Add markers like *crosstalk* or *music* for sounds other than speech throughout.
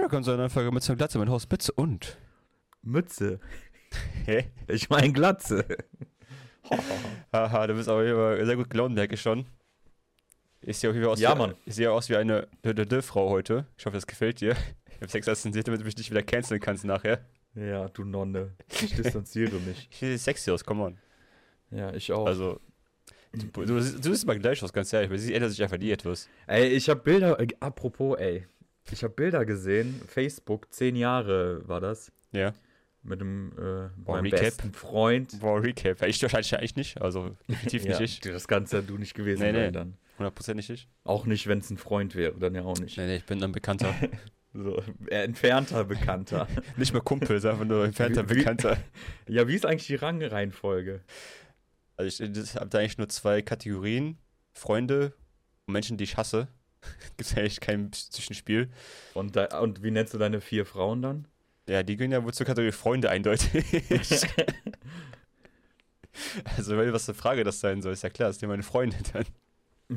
willkommen zu einer neuen Folge Mütze und Glatze mit Horst Bitz und. Mütze. Hä? Ich meine Glatze. Haha, du bist aber immer sehr gut gelaunt, merke ich schon. Ich sehe auch wieder aus, Ja, wie, Mann. Ich sehe aus wie eine d -d -d Frau heute. Ich hoffe, das gefällt dir. Ich habe Sex assensiert, damit du mich nicht wieder canceln kannst nachher. Ja, du Nonne. Ich distanziere mich. Ich sehe sexy aus, come on. *laughs* Ja, ich auch. Also, du, du, du siehst mal gleich aus, ganz ehrlich, weil sie ändert sich einfach nie etwas. Ey, ich habe Bilder. Äh, apropos, ey. Ich habe Bilder gesehen. Facebook, zehn Jahre war das. Ja. Mit dem äh, Boah, meinem Recap. besten Freund. Boah, Recap. Ich wahrscheinlich eigentlich nicht, also definitiv Ja, nicht ich. Das Ganze ja du nicht gewesen Nee, nee, nee. dann. Hundertprozentig nicht. Auch nicht, wenn es ein Freund wäre. Dann ja auch nicht. Nee, nee, ich bin ein Bekannter. So, äh, entfernter *laughs* Bekannter. *laughs* nicht mehr Kumpel, sondern einfach nur entfernter Wie- wie- Bekannter. ja, wie ist eigentlich die Rangreihenfolge? Also ich habe da eigentlich nur zwei Kategorien. Freunde und Menschen, die ich hasse. *laughs* Gibt es eigentlich kein Zwischenspiel. Und, da, und wie nennst du deine vier Frauen dann? Ja, die gehen ja wohl zur Kategorie Freunde eindeutig. *laughs* also wenn was eine Frage das sein soll, ist ja klar, das sind ja meine Freunde dann.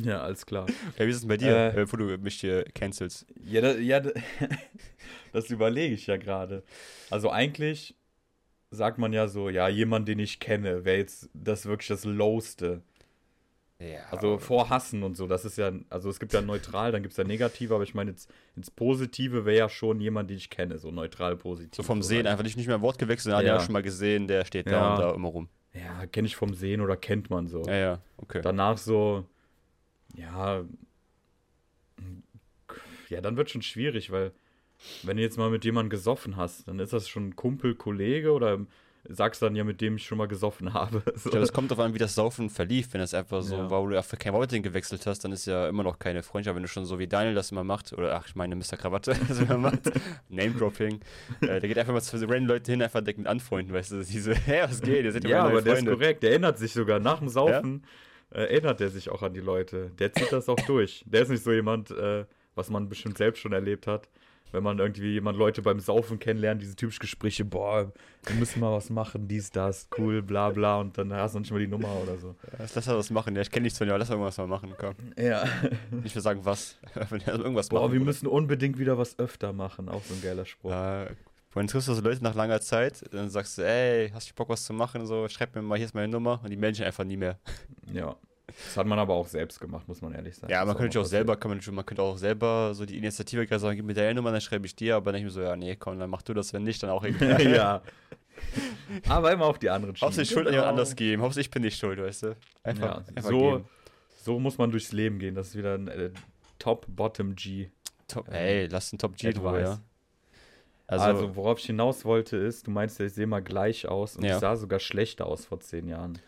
Ja, alles klar. Ja, wie ist es denn bei dir, Äh. äh, wo du mich hier cancelst? Ja, da, ja, da, *laughs* das überlege ich ja gerade. Also eigentlich sagt man ja so, ja, jemand, den ich kenne, wäre jetzt das wirklich das Lowste. Ja, Also vor Hassen und so, das ist ja, also es gibt ja neutral, dann gibt es ja negative, aber ich meine, jetzt, ins Positive wäre ja schon jemand, den ich kenne, so neutral positiv. so vom so Sehen halt. einfach nicht, nicht mehr ein Wort gewechselt, sondern ja. den Ja. hab ich schon mal gesehen, der steht da Ja. und da immer rum. Ja, kenne ich vom Sehen oder kennt man so. Ja, ja, okay. Danach so, ja, ja, dann wird schon schwierig, weil wenn du jetzt mal mit jemandem gesoffen hast, dann ist das schon ein Kumpel, Kollege oder sagst dann ja, mit dem ich schon mal gesoffen *laughs* habe. So. Ich glaube, es kommt darauf an, wie das Saufen verlief. Wenn das einfach so Ja. war, wo du einfach kein Wort mit denen gewechselt hast, dann ist ja immer noch keine Freundschaft. Wenn du schon so wie Daniel das immer macht, oder ach, ich meine Mr. Krawatte *laughs* das *laughs* immer macht, Name-Dropping, äh, der geht einfach mal zu random Leuten hin, einfach direkt mit anfreunden, weißt du, diese, *laughs* hä, was geht, ihr seid ja, meine aber neuen der ist Freunde. korrekt, der erinnert sich sogar nach dem Saufen, äh, erinnert er sich auch an die Leute. Der zieht das auch durch. Der ist nicht so jemand, äh, was man bestimmt selbst schon erlebt hat. Wenn man irgendwie jemand Leute beim Saufen kennenlernt, diese typischen Gespräche, boah, wir müssen mal was machen, dies, das, cool, bla bla, und dann hast du nicht mal die Nummer oder so. Lass lass er das machen, ja, ich kenne nichts von dir, aber lass irgendwas mal machen, komm. Ja. Nicht mehr sagen, was, *laughs* wenn er irgendwas Boah, machen wir würde. müssen unbedingt wieder was öfter machen. Auch so ein geiler Spruch. Äh, wenn du triffst du so Leute nach langer Zeit, dann sagst du, ey, hast du Bock, was zu machen, so, schreib mir mal, hier ist meine Nummer, und die Menschen einfach nie mehr. Ja. Das hat man aber auch selbst gemacht, muss man ehrlich sagen. Ja, Das man ist könnte auch mal selber, kann man, schon- man könnte auch selber so die Initiative gerade sagen, gib mir deine Nummer, dann schreibe ich dir, aber dann denke ich mir so, ja, nee, komm, dann mach du das, wenn nicht, dann auch passiert. egal. *laughs* ja. Aber immer auf die anderen schieben. Hauptsache die Schuld an jemand Genau. anders geben, hauptsache ich bin nicht schuld, weißt du. Einfach, Ja, einfach so, geben. so muss man durchs Leben gehen. Das ist wieder ein äh, Top-Bottom-G. Top, ey, lass den Top G Advice. drüber, ja. Also, Also, worauf ich hinaus wollte, ist, du meinst, ja, ich sehe mal gleich aus. Und Ja. ich sah sogar schlechter aus vor zehn Jahren.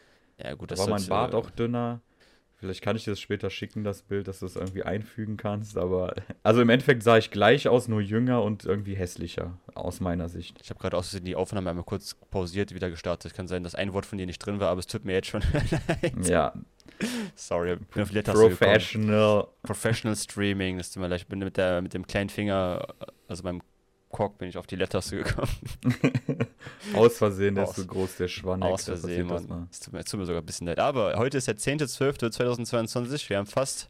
ja gut, Da das war ist mein jetzt, Bart äh, auch dünner. Vielleicht kann ich dir das später schicken, das Bild, dass du es irgendwie einfügen kannst. Aber *laughs* also im Endeffekt sah ich gleich aus, nur jünger und irgendwie hässlicher, aus meiner Sicht. Ich habe gerade aus Versehen die Aufnahme einmal kurz pausiert, wieder gestartet. Kann sein, dass ein Wort von dir nicht drin war, aber es tut mir *laughs* jetzt schon. *laughs* Ja, Sorry, ich bin auf die Leertaste gekommen. professional. *laughs* Professional Streaming, das tut mir leid. Ich bin mit, der, mit dem kleinen Finger, also meinem Kork, bin ich auf die Leertaste gekommen. Aus Versehen, der Aus- ist so groß, der Schwanneck. Aus da passiert Versehen, das Mann. Es tut, mir- es tut mir sogar ein bisschen leid. Aber heute ist der 10.12.2022. Wir haben fast,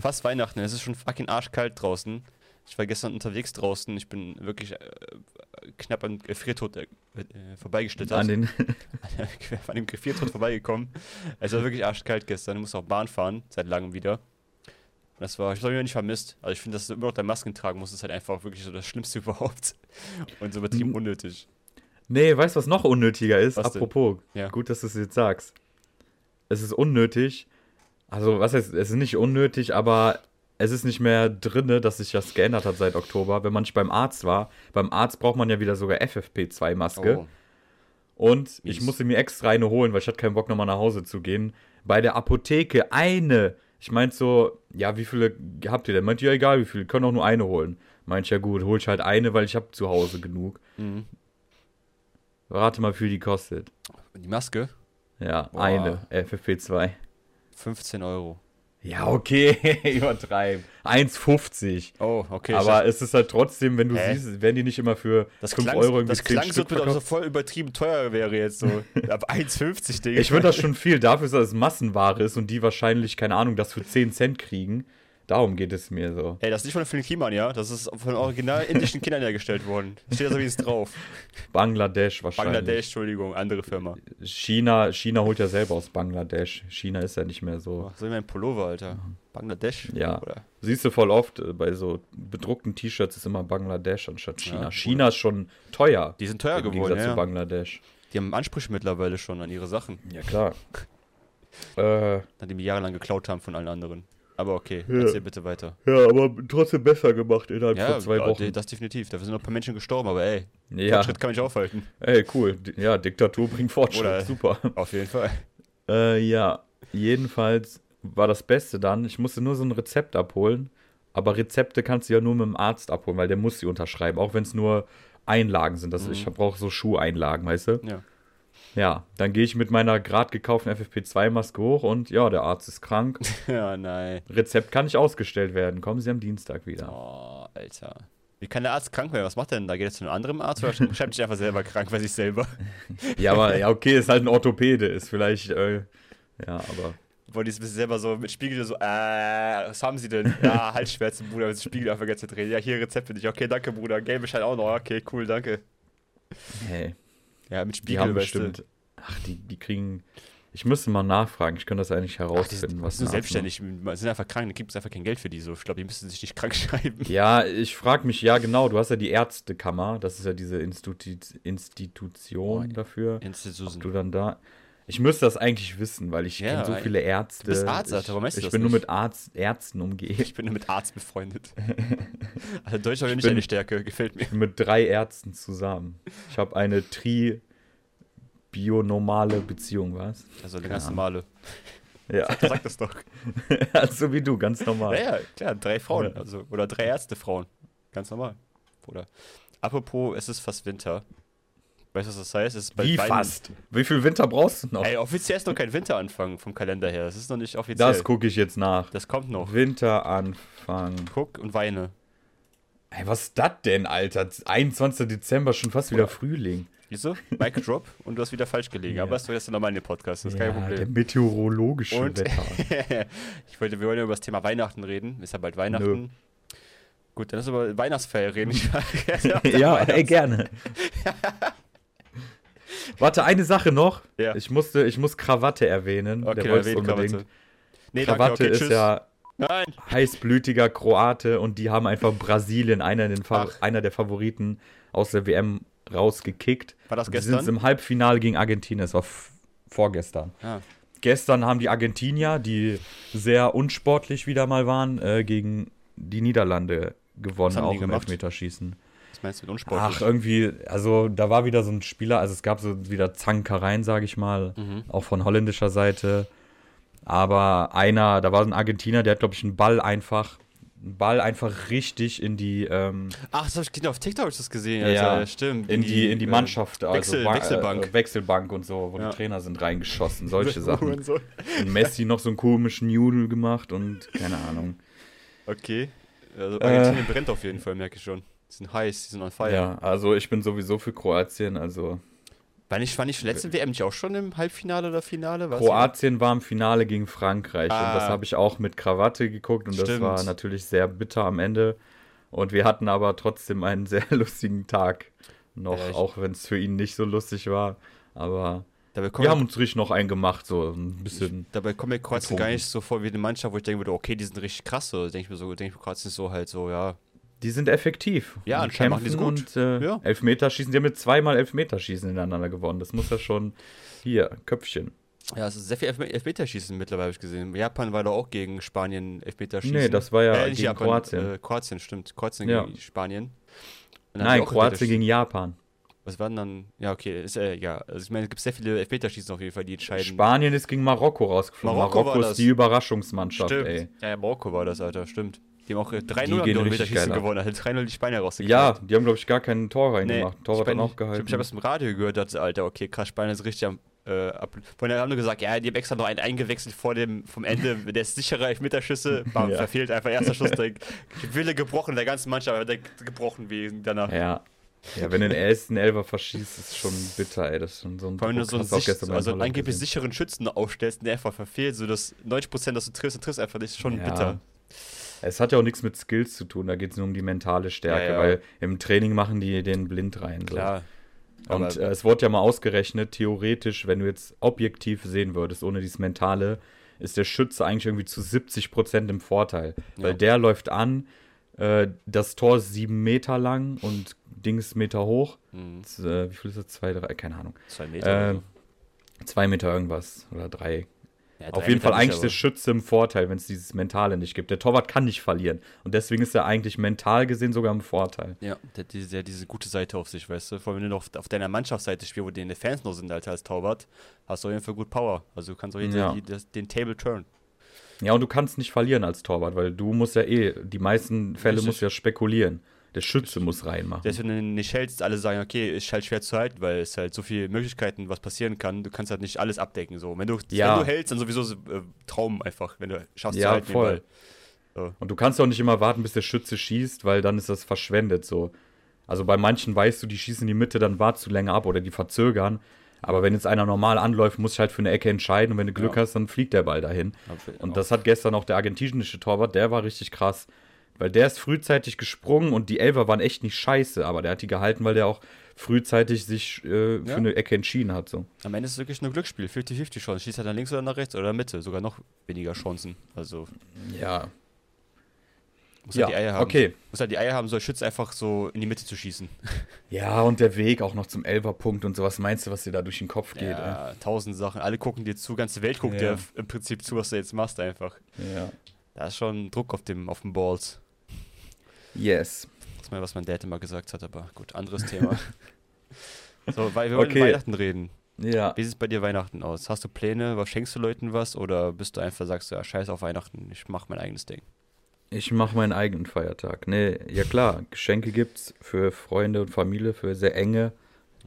fast Weihnachten. Es ist schon fucking arschkalt draußen. Ich war gestern unterwegs draußen. Ich bin wirklich äh, knapp an Gefriertod äh, äh, mal. vorbeigeschlittert. An den, *laughs* an dem Gefriertod vorbeigekommen. Es war wirklich arschkalt gestern. Ich musste auch Bahn fahren, seit langem wieder. Und das war, ich habe mich nicht vermisst. Also ich finde, dass du immer noch deine Masken tragen musst, ist halt einfach wirklich so das Schlimmste *laughs* überhaupt. Und so übertrieben Mhm. unnötig. Nee, weißt du, was noch unnötiger ist? Was denn? Apropos, Ja. gut, dass du es jetzt sagst. Es ist unnötig. Also, was heißt, es ist nicht unnötig, aber es ist nicht mehr drinne, dass sich das geändert hat seit Oktober, wenn man nicht beim Arzt war. Beim Arzt braucht man ja wieder sogar FFP2-Maske. Oh. Mies. Und ich musste mir extra eine holen, weil ich hatte keinen Bock, nochmal nach Hause zu gehen. Bei der Apotheke eine. Ich meinte so, ja, wie viele habt ihr denn? Meint ihr, ja, egal wie viele, können auch nur eine holen. Meinte ich, ja gut, hol ich halt eine, weil ich habe zu Hause genug. Mhm. Rate mal, wie viel die kostet. Und Die Maske? Ja, Boah. eine FFP2. 15 Euro. Ja, *laughs* okay, übertreiben. 1,50. Oh, okay. ich Aber es ist halt trotzdem, wenn du Hä? siehst, werden die nicht immer für Das 5 klang, Euro irgendwie das 10 klang so, Stück als ob das so verkauft. voll übertrieben teuer wäre jetzt *laughs* so. Ab 1,50, Digga. Ich finde das schon viel dafür, ist, dass es Massenware ist und die wahrscheinlich, keine Ahnung, das für 10 Cent kriegen. Darum geht es mir so. Ey, das ist nicht von Phil Kliman, ja? Das ist von original indischen Kindern hergestellt worden. Steht da so wie es *laughs* drauf. Bangladesch wahrscheinlich. Bangladesch, Entschuldigung, andere Firma. China, China holt ja selber aus Bangladesch. China ist ja nicht mehr so. Boah, so wie mein Pullover, Alter. Bangladesch? Ja. Oder? Siehst du voll oft, äh, bei so bedruckten T-Shirts ist immer Bangladesch anstatt China. cool. China ist schon teuer. Die sind teuer Im geworden, Gegensatz zu ja. Bangladesch. Die haben Ansprüche mittlerweile schon an ihre Sachen, Ja, klar. äh, nachdem die jahrelang geklaut haben von allen anderen. Aber okay, Ja. erzähl bitte weiter. ja, aber trotzdem besser gemacht innerhalb Ja, von zwei ja, Wochen. das definitiv. Dafür sind noch ein paar Menschen gestorben, aber ey, Ja, Fortschritt kann mich aufhalten. ey, cool. Di- Ja, Diktatur bringt Fortschritt. Oder- Super. Auf jeden Fall. Äh, ja, jedenfalls war das Beste dann, ich musste nur so ein Rezept abholen. Aber Rezepte kannst du ja nur mit dem Arzt abholen, weil der muss sie unterschreiben, auch wenn es nur Einlagen sind. Das, Ich brauche so Schuheinlagen, weißt du? Ja. *laughs* Ja, dann gehe ich mit meiner gerade gekauften FFP2-Maske hoch und ja, der Arzt ist krank. Ja, nein. Rezept kann nicht ausgestellt werden. Kommen Sie am Dienstag wieder. Oh, Alter. Wie kann der Arzt krank werden? Was macht der denn da? Geht er zu einem anderen Arzt oder sch- schreibt sich einfach selber krank bei sich selber? *laughs* Ja, aber ja, okay, ist halt ein Orthopäde, ist vielleicht, äh, ja, aber Wollen die es selber so mit Spiegel so, äh, was haben sie denn? *laughs* Ja, Halsschmerzen, Bruder, mit dem Spiegel einfach ganz drehen. Ja, hier Rezept für dich. Okay, danke, Bruder. Gelbeschein auch noch. Okay, cool, danke. hey, Ja, mit die Spiegel haben weißt du. bestimmt, ach, die, die kriegen, ich müsste mal nachfragen, ich kann das eigentlich Ach, die sind, herausfinden, was die sind ein Arzt macht. selbstständig, die sind einfach krank, da gibt es einfach kein Geld für die so. Ich glaube, die müssen sich nicht krank *laughs* schreiben. Ja, ich frage mich, ja genau, du hast ja die Ärztekammer, das ist ja diese Instituti Institution dafür. Institusen. Du dann da. Ich müsste das eigentlich wissen, weil ich Ja, kenne so weil- viele Ärzte. Du bist Arzt, ich, Alter, warum weißt du Ich das bin nur nicht? mit Arzt, Ärzten umgehe. Ich bin mit Arzt *laughs* befreundet. Also Deutsch habe ich nicht bin- eine Stärke, gefällt mir. Ich bin mit drei Ärzten zusammen. Ich habe eine tri bionormale Beziehung, was? Also eine ganz normale. Ja, *laughs* Sag das doch. so wie du, ganz normal. Naja, klar, drei Frauen. Ja. Also, oder drei Ärztefrauen. Ganz normal. Oder. Apropos, es ist fast Winter. Weißt du, was das heißt? Es ist bei Wie beiden- fast? Wie viel Winter brauchst du noch? Ey, offiziell ist noch kein Winteranfang vom Kalender her. Das ist noch nicht offiziell. das gucke ich jetzt nach. Das kommt noch. Winteranfang. Guck und weine. Ey, was ist das denn, Alter? 21. Dezember, schon fast wieder Oder- Frühling. Siehst du? Mic drop und du hast wieder falsch gelegen. Aber das ist doch jetzt normal in dem Podcast. Das ist kein Der Problem. meteorologische Und- *laughs* Wetter. ich wollte, wir wollen ja über das Thema Weihnachten reden. Ist ja bald Weihnachten. Gut, dann lass über Weihnachtsfeier reden. Ich *laughs* war- ja, *laughs* ey, gerne. Warte, eine Sache noch. Ja. Ich, musste, ich muss Krawatte erwähnen. Okay, der dann wollt's erwähnt unbedingt. Krawatte. Nee, danke, Krawatte okay, ist tschüss. ja Nein. heißblütiger Kroate und die haben einfach Brasilien, einer, den Fa- Ach. einer der Favoriten aus der WM, rausgekickt. War das Die sind gestern? im Halbfinale gegen Argentinien. Das war f- vorgestern. Ah. Gestern haben die Argentinier, die sehr unsportlich wieder mal waren, äh, gegen die Niederlande gewonnen, haben die auch im gemacht? Elfmeterschießen. Was meinst du mit Ach, unsportlich? irgendwie, also da war wieder so ein Spieler, also es gab so wieder Zankereien, sage ich mal, Mhm. auch von holländischer Seite. Aber einer, da war so ein Argentinier, der hat, glaube ich, einen Ball einfach, einen Ball einfach richtig in die, ähm, Ach, das habe ich genau auf TikTok hab ich das gesehen. Ja, Alter. Ja, stimmt. in die, in die äh, Mannschaft, also Wechsel, Ba- äh, Wechselbank. Wechselbank und so, wo Ja. die Trainer sind reingeschossen, *laughs* solche Sachen. Hurensohn. Und Messi noch so einen komischen Nudel gemacht und keine Ahnung. Okay. Äh. Also Argentinien brennt auf jeden Fall, merke ich schon. Die sind heiß, die sind on fire. Ja, also ich bin sowieso für Kroatien, also War nicht, war nicht letzte WM nicht auch schon im Halbfinale oder Finale? Weiß Kroatien war im Finale gegen Frankreich Ah. und das habe ich auch mit Krawatte geguckt und das Stimmt. war natürlich sehr bitter am Ende. Und wir hatten aber trotzdem einen *laughs* sehr lustigen Tag noch, Ja, ich- auch wenn es für ihn nicht so lustig war. Aber ich nicht. Dabei kommen wir haben uns richtig noch einen gemacht, so ein bisschen. Dabei kommt mir Kroatien gar getrunken. nicht so vor wie eine Mannschaft, wo ich denke würde, okay, die sind richtig krass. So denke ich mir so, denke ich mir, Kroatien ist so halt so, ja. Die sind effektiv. Ja, und anscheinend machen die es kämpfen Und, äh, Ja. Elfmeterschießen, die haben mit zweimal Elfmeterschießen ineinander gewonnen. Das muss ja schon hier, Köpfchen. Ja, es ist sehr viel Elf Elfmeterschießen mittlerweile, habe ich gesehen. Japan war doch auch gegen Spanien Elfmeterschießen. Nee, das war ja Äh, nicht gegen Kroatien. Äh, Kroatien, stimmt. Kroatien Ja. gegen Spanien. Und dann haben die Nein, auch Kroatien Elfmeterschießen. gegen Japan. Was waren dann? Ja, okay, ist äh, ja. Also ich meine, es gibt sehr viele Elfmeterschießen auf jeden Fall, die entscheiden. Spanien ist gegen Marokko rausgeflogen. Marokko Marokko, war ist das. die Überraschungsmannschaft, stimmt. ey. Ja, ja, Marokko war das, Alter, stimmt. Die haben auch äh, 3-0 gehen am richtig Elfmeterschießen geil ab. gewonnen, also 3-0 die Spanier Ja, rausgekriegt. die haben, glaube ich, gar keinen Tor reingemacht. Tor hat Spanien- dann auch Ich, glaub, ich habe gehalten. das im Radio gehört, dachte, Alter, okay, krass, Spanien ist richtig am. Äh, ab. Von der haben nur gesagt, ja, die haben extra noch einen eingewechselt vor dem vom Ende, *laughs* der ist sicherer Elfmeterschüsse, bam, Ja. verfehlt einfach erster Schuss, der *laughs* Wille gebrochen, der ganzen Mannschaft, der gebrochen wegen danach. Ja. ja, wenn du den ersten Elfer verschießt, ist schon bitter, ey. Das ist schon so ein Vor allem, wenn du so einen, Druck. Hast du Oh, auch sich, gestern bei also einen Holland angeblich gesehen. sicheren Schützen aufstellst und der einfach verfehlt, so dass 90%, dass du triffst, dann triffst du einfach nicht, ist schon Ja. bitter. Es hat ja auch nichts mit Skills zu tun, da geht es nur um die mentale Stärke, Ja, ja. weil im Training machen die den blind rein. so. Klar. Aber- Und äh, es wurde ja mal ausgerechnet, theoretisch, wenn du jetzt objektiv sehen würdest, ohne dieses Mentale, ist der Schütze eigentlich irgendwie zu 70 Prozent im Vorteil. Weil der läuft an, äh, das Tor ist sieben Meter lang und Dings Meter hoch. Z- Äh, wie viel ist das? Zwei, drei, keine Ahnung. hm, Zwei Meter. oder Äh, so. zwei Meter irgendwas oder drei. Ja, Auf drei jeden Meter Fall nicht, eigentlich aber- der Schütze im Vorteil, wenn es dieses Mentale nicht gibt. Der Torwart kann nicht verlieren. Und deswegen ist er eigentlich mental gesehen sogar im Vorteil. Ja, der, hat diese- der hat diese gute Seite auf sich, weißt du? Vor allem, wenn du noch auf deiner Mannschaftsseite spielst, wo die Fans noch sind, Alter, als Taubert, hast du auf jeden Fall gut Power. Also du kannst auch jeden, Ja. die, das, den Table turn. Ja, und du kannst nicht verlieren als Torwart, weil du musst ja eh, die meisten Fälle Richtig. musst du ja spekulieren. Der Schütze muss reinmachen. Deswegen in den Shells alle sagen, okay, ist halt schwer zu halten, weil es halt so viele Möglichkeiten, was passieren kann. Du kannst halt nicht alles abdecken. So. Wenn, du, Ja. wenn du hältst, dann sowieso so, äh, Traum einfach, wenn du schaffst Ja, zu halten. den voll. Ball. Und du kannst auch nicht immer warten, bis der Schütze schießt, weil dann ist das verschwendet so. Also bei manchen weißt du, die schießen in die Mitte, dann wartest du länger ab oder die verzögern. Aber wenn jetzt einer normal anläuft, musst du halt für eine Ecke entscheiden und wenn du Glück Ja. hast, dann fliegt der Ball dahin. Aber- Und das hat gestern auch der argentinische Torwart, der war richtig krass. Weil der ist frühzeitig gesprungen und die Elfer waren echt nicht scheiße, aber der hat die gehalten, weil der auch frühzeitig sich äh, für Ja. eine Ecke entschieden hat. So. Am Ende ist es wirklich nur Glücksspiel. 50-50 Chancen. Schießt halt nach links oder nach rechts oder Mitte. Sogar noch weniger Chancen. Also Ja. muss Ja, halt die Eier haben. okay. Muss halt die Eier haben, soll Schütz einfach so in die Mitte zu schießen. Ja, und der Weg auch noch zum Elferpunkt und sowas. Meinst du, was dir da durch den Kopf geht? ey? ja, tausend Sachen. Alle gucken dir zu, ganze Welt guckt Ja. dir im Prinzip zu, was du jetzt machst einfach. Ja. Da ist schon Druck auf dem, auf dem Balls. Yes. Das ist mal, was mein Dad immer gesagt hat, aber gut, anderes *laughs* Thema. so, weil wir wollen Okay. über Weihnachten reden. Ja. Wie sieht es bei dir Weihnachten aus? Hast du Pläne? Was schenkst du Leuten was? Oder bist du einfach, sagst du, ja, scheiß auf Weihnachten, ich mach mein eigenes Ding. Ich mache meinen eigenen Feiertag. Nee, ja klar, Geschenke gibt's für Freunde und Familie, für sehr enge.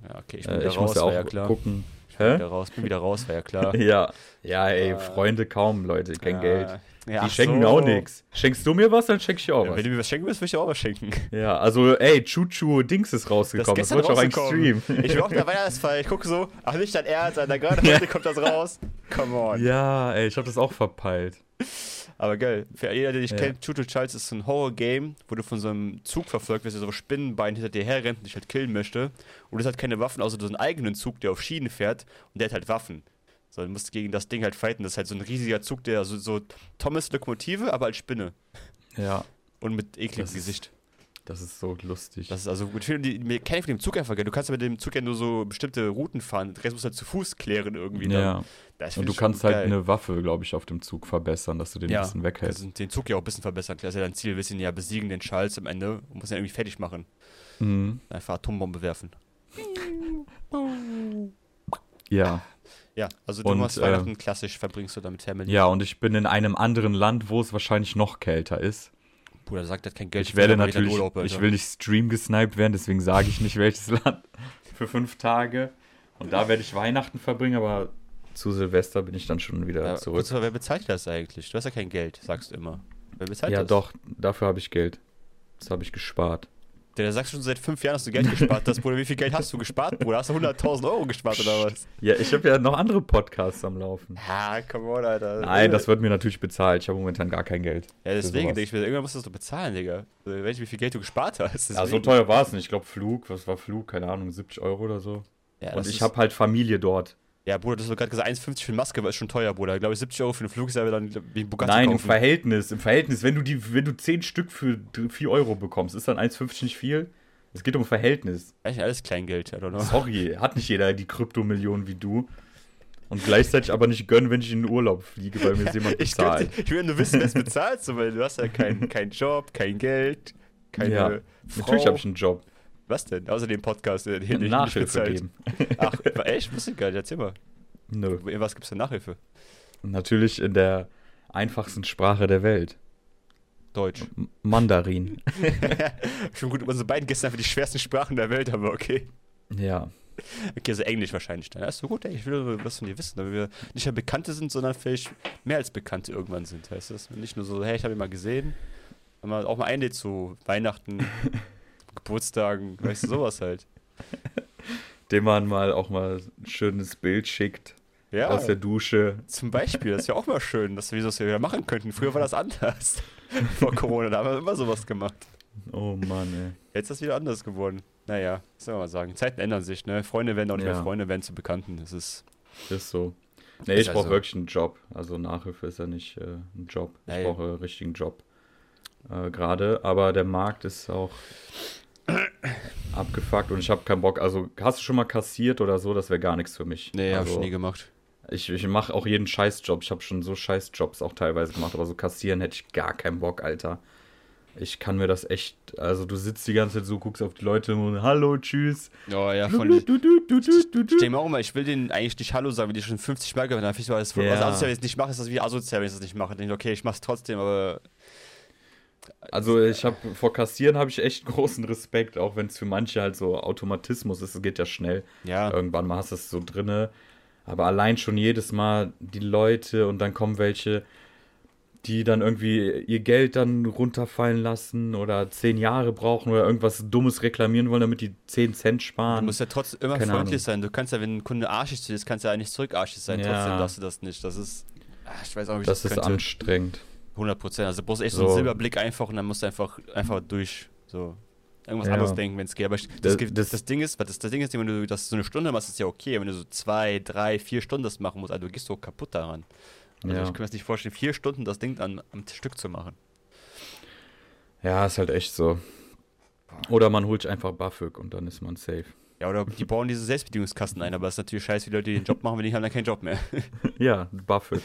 Ja, okay, ich bin Äh, wieder ich raus, muss ja war auch ja klar. gucken. Ich bin Hä? wieder raus, bin wieder raus, war ja klar. *laughs* Ja. Ja, ey, Äh, Freunde kaum, Leute, kein Ja. Geld. Ja, Die ach schenken mir so. auch nichts. Schenkst du mir was, dann schenk ich dir auch Wenn was. du mir was schenken willst, will ich dir auch was schenken. Ja, also ey, Chuchu Dings ist Das rausgekommen. ist Das, gestern wollte ich auch rausgekommen. eigentlich Ich, streamen. ich bin *laughs* auf der Weihnachtsfeier, ich gucke so, ach nicht dein Ernst, Alter, gerade heute kommt das raus. Come on. Ja, ey, ich habe das auch verpeilt. Aber geil, für jeder, der dich Ja. kennt, Tutu Childs ist so ein Horror-Game, wo du von so einem Zug verfolgt wirst, der so Spinnenbein hinter dir herrennt und dich halt killen möchte. Und es hat keine Waffen, außer so einen eigenen Zug, der auf Schienen fährt und der hat halt Waffen. So, du musst gegen das Ding halt fighten. Das ist halt so ein riesiger Zug, der so, so Thomas Lokomotive, aber als Spinne. Ja, Und mit ekligem Das ist- Gesicht. das ist so lustig. Das ist also gut. Film, die, mir kenne ich von dem Zug einfach gar nicht. Du kannst ja mit dem Zug ja nur so bestimmte Routen fahren. Den Rest musst du halt zu Fuß klären irgendwie. dann. ja. Das Und find du ich schon kannst halt geil. eine Waffe, glaube ich, auf dem Zug verbessern, dass du den ja, ein bisschen halt. kannst weghältst. du den Zug ja auch ein bisschen verbessern. Das ist ja dein Ziel. Willst ihn ja besiegen, den Charles am Ende. Und musst ihn irgendwie fertig machen. Mhm. Einfach Atombombe werfen. Ah, Ja. Ja, also du Und, machst äh, Weihnachten klassisch, verbringst du damit Family. Ja, und ich bin in einem anderen Land, wo es wahrscheinlich noch kälter ist. Bruder, sagt halt kein Geld. Ich werde will aber wieder in natürlich, Urlaub, ich Alter. will nicht stream gesniped werden, deswegen sage ich nicht, welches *laughs* Land. Für fünf Tage. Und da werde ich Weihnachten verbringen, aber zu Silvester bin ich dann schon wieder Ja, zurück. kurz mal, wer bezahlt dir das eigentlich? Du hast ja kein Geld, sagst du immer. Wer bezahlt Ja, das? doch, dafür habe ich Geld. Das habe ich gespart. Der, der sagt schon seit fünf Jahren, dass du Geld gespart *laughs* hast, Bruder. Wie viel Geld hast du gespart, Bruder? Hast du 100.000 Euro gespart oder was? Ja, ich habe ja noch andere Podcasts am Laufen. Ah, come on, Alter. Nein, das wird mir natürlich bezahlt. Ich habe momentan gar kein Geld. Ja, deswegen sowas. denke ich mir, irgendwann musst du das doch bezahlen, Digga. Also, Ich weiß nicht, wie viel Geld du gespart hast. Ja, so deswegen. teuer war es nicht. Ich glaube, Flug, was war Flug? Keine Ahnung, 70 Euro oder so. Ja, Und das ich ist- habe halt Familie dort. Ja, Bruder, das hast du gerade gesagt, 1,50 für eine Maske war ist schon teuer, Bruder. Ich glaube, 70 Euro für einen Flug ist aber dann wie ein Bugatti Nein, im kaufen. Verhältnis. Im Verhältnis, wenn du die, wenn du 10 Stück für dr- 4 Euro bekommst, ist dann 1,50 nicht viel. Es geht um Verhältnis. Eigentlich alles Kleingeld, I don't know. Sorry, hat nicht jeder die Kryptomillionen wie du. Und gleichzeitig aber nicht gönnen, wenn ich in den Urlaub fliege, weil *laughs* mir das jemand Ich, könnte, bezahlt. ich will nur wissen, wer es bezahlt, so, weil du hast ja keinen keinen Job, kein Geld, keine Ja, Frau. Natürlich habe ich einen Job. Was denn? Außer dem Podcast, den ich nicht Nachhilfe bezahlt. geben. Ach, echt? Wusste ich gar nicht. Erzähl mal. Nö. Was gibt's denn Nachhilfe? Natürlich in der einfachsten Sprache der Welt. *laughs* Deutsch. *laughs* M- Mandarin. Schon gut, unsere beiden gestern für die schwersten Sprachen der Welt, aber okay. Ja. Okay, also Englisch wahrscheinlich dann. Das ist so gut, ey, ich will was von dir wissen, damit wir nicht mehr Bekannte sind, sondern vielleicht mehr als Bekannte irgendwann sind. Heißt das? Nicht nur so, hey, ich habe ihn mal gesehen, wenn man auch mal einlädt zu *laughs* Weihnachten, Geburtstagen, weißt du, sowas halt. Dem man mal auch mal ein schönes Bild schickt Ja, aus der Dusche. zum Beispiel, das wäre auch mal schön, dass wir das wieder machen könnten. Früher war das anders. *laughs* Vor Corona, da haben wir immer sowas gemacht. Oh Mann, ey. Jetzt ist das wieder anders geworden. Naja, was soll man sagen. Zeiten ändern sich, ne? Freunde werden auch nicht Ja. mehr Freunde, werden zu Bekannten. Das ist. Ist so. Nee, Ist ich brauche also- wirklich einen Job. Also Nachhilfe ist ja nicht äh, ein Job. Ich Nee. brauche einen richtigen Job. Äh, Gerade, aber der Markt ist auch abgefuckt und ich habe keinen Bock. Also hast du schon mal kassiert oder so? Das wäre gar nichts für mich. Nee, hab also, ich nie gemacht. Ich, ich mache auch jeden Scheißjob. Ich habe schon so Scheißjobs auch teilweise gemacht, aber so kassieren hätte ich gar keinen Bock, Alter. Ich kann mir das echt. Also du sitzt die ganze Zeit so, guckst auf die Leute und hallo, tschüss. Oh ja, von. Du, du, du, du, du, du. Ich denke mir auch immer, ich will denen eigentlich nicht Hallo sagen, wenn die schon 50 Mal gehört haben. Ich so, das ist voll Ja. was asozial, Also wenn ich es nicht mache, ist das wieder asozial, wenn ich das nicht mache. Dann denke ich, okay, ich mach's trotzdem, aber Also ich habe vor Kassieren habe ich echt großen Respekt, auch wenn es für manche halt so Automatismus ist, es geht ja schnell. ja. Irgendwann mal hast du es so drinne, aber allein schon jedes Mal die Leute und dann kommen welche, die dann irgendwie ihr Geld dann runterfallen lassen oder zehn Jahre brauchen oder irgendwas Dummes reklamieren wollen, damit die 10 Cent Du sparen. musst ja trotzdem immer Keine freundlich sein. Ahnung. Du kannst ja, wenn ein Kunde arschig zu dir ist, kannst du ja nicht zurück arschig sein. Ja. Trotzdem darfst du das nicht. Das ist. ah, Ich weiß auch nicht, wie ich das das ist könnte. anstrengend. 100 Prozent. Also du brauchst echt so, einen So. Silberblick einfach und dann musst du einfach, einfach durch. So. Irgendwas Ja. anderes denken, wenn es geht. Aber ich, das, Das- gibt- das, das- Ding ist, weil das, das Ding ist, wenn du das so eine Stunde machst, ist ja okay. Wenn du so zwei, drei, vier Stunden das machen musst, also du gehst so kaputt daran. Also Ja. ich kann mir das nicht vorstellen, vier Stunden das Ding an, am Stück zu machen. Ja, ist halt echt so. Oder man holt sich einfach BAföG und dann ist man safe. *laughs* Ja, oder die bauen diese Selbstbedienungskasten ein, aber das ist natürlich scheiße, wie Leute die den Job machen, wenn die haben dann keinen Job mehr. *laughs* Ja, BAföG.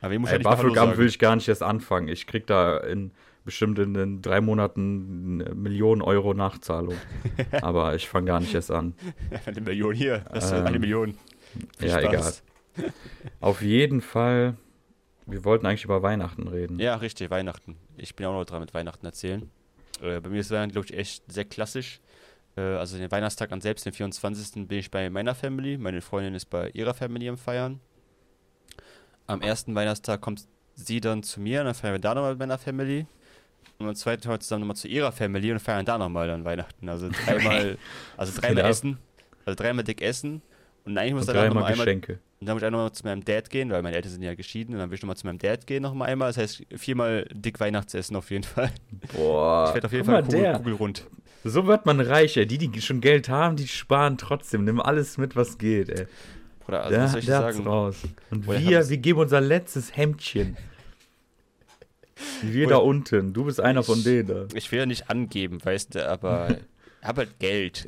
Aber ich muss ja Ey, nicht mal Hallo BAföG-Amt will sagen. ich gar nicht erst anfangen. Ich krieg da in bestimmt in, den drei Monaten eine Million Euro *laughs* Nachzahlung. Aber ich fange gar nicht erst an. *laughs* Eine Million hier, das ist Ähm, eine Million. ja, Spaß. Auf jeden Fall, wir wollten eigentlich über Weihnachten reden. Ja, richtig, Weihnachten. Ich bin auch noch dran mit Weihnachten erzählen. Äh, bei mir ist Weihnachten, glaube ich, echt sehr klassisch. Äh, also den Weihnachtstag an selbst, den 24. bin ich bei meiner Family. Meine Freundin ist bei ihrer Family am Feiern. Am ersten Weihnachtstag kommt sie dann zu mir und dann feiern wir da nochmal mit meiner Family. Und am zweiten Tag zusammen nochmal zu ihrer Family und feiern da nochmal dann Weihnachten. Also *laughs* dreimal, also dreimal Ja. Essen. Also dreimal dick essen. Und eigentlich muss Und dann auch dreimal nochmal einmal Geschenke. und dann muss ich auch nochmal zu meinem Dad gehen, weil meine Eltern sind ja geschieden. Und dann will ich nochmal zu meinem Dad gehen nochmal einmal. Das heißt, viermal dick Weihnachtsessen auf jeden Fall. Boah, Ich werde auf jeden Fall Ah, guck mal, Kugel, der. kugelrund. So wird man reich, ey. Die, die schon Geld haben, die sparen trotzdem. Nimm alles mit, was geht, ey. Oder also, Da, was soll ich da hat's sagen? raus. Und Woher wir, haben's- wir geben unser *laughs* letztes Hemdchen. Wir da Woher- unten. Du bist einer von denen da. Ich will ja nicht angeben, weißt du, *laughs* aber hab halt Geld.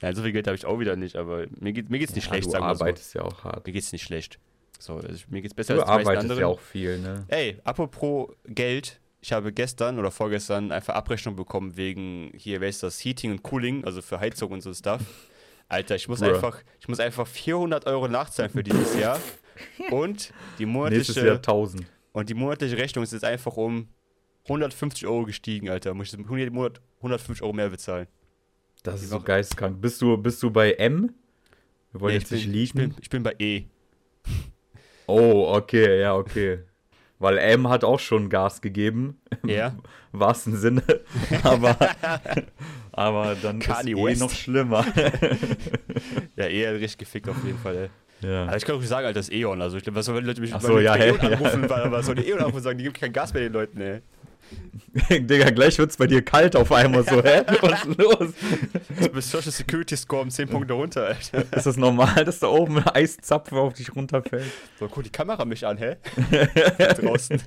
Nein, so viel Geld habe ich auch wieder nicht, aber mir, geht, mir geht's nicht schlecht, du sagen wir so. arbeitest ja auch hart. Mir geht's nicht schlecht. So, also ich- mir geht's besser Du als die meisten arbeitest anderen. ja auch viel, ne? Ey, apropos Geld, ich habe gestern oder vorgestern einfach Abrechnung bekommen wegen hier, wer ist das, Heating und Cooling, also für Heizung und so Stuff. Alter, ich muss Bruh. einfach, ich muss einfach 400 Euro nachzahlen für dieses Jahr. Und die Nächstes Jahr monatliche, 1000. und die monatliche Rechnung ist jetzt einfach um 150 Euro gestiegen, Alter. Muss ich jeden Monat 150 Euro mehr bezahlen. Das ist so Woche- geistkrank. Bist du, bist du bei M? Wir wollen Nee, ich, jetzt nicht bin, ich, bin, liegen. ich bin bei *laughs* E. Oh, okay, ja, okay. Weil M hat auch schon Gas gegeben, Ja? im wahrsten Sinne. Aber, aber dann Kanye West. ist E *laughs* noch schlimmer. *laughs* Ja, E hat richtig gefickt auf jeden Fall, ey. ja. Aber ich kann auch nicht sagen, Alter, das ist Eon. Also, ich glaube, was sollen Leute mich Ach bei- so, ja, bei hey, Eon anrufen? weil- Was sollen die Eon anrufen sagen? Die geben kein Gas mehr den Leuten, *laughs* ey. *laughs* Digga, gleich wird's bei dir kalt auf einmal *laughs* so. Hä? Was ist los? Du bist Social Security Score um 10 Punkte runter, Alter. Ist das normal, dass da oben ein Eiszapfen auf dich runterfällt? So, guck die Kamera mich an, hä? *laughs* Draußen.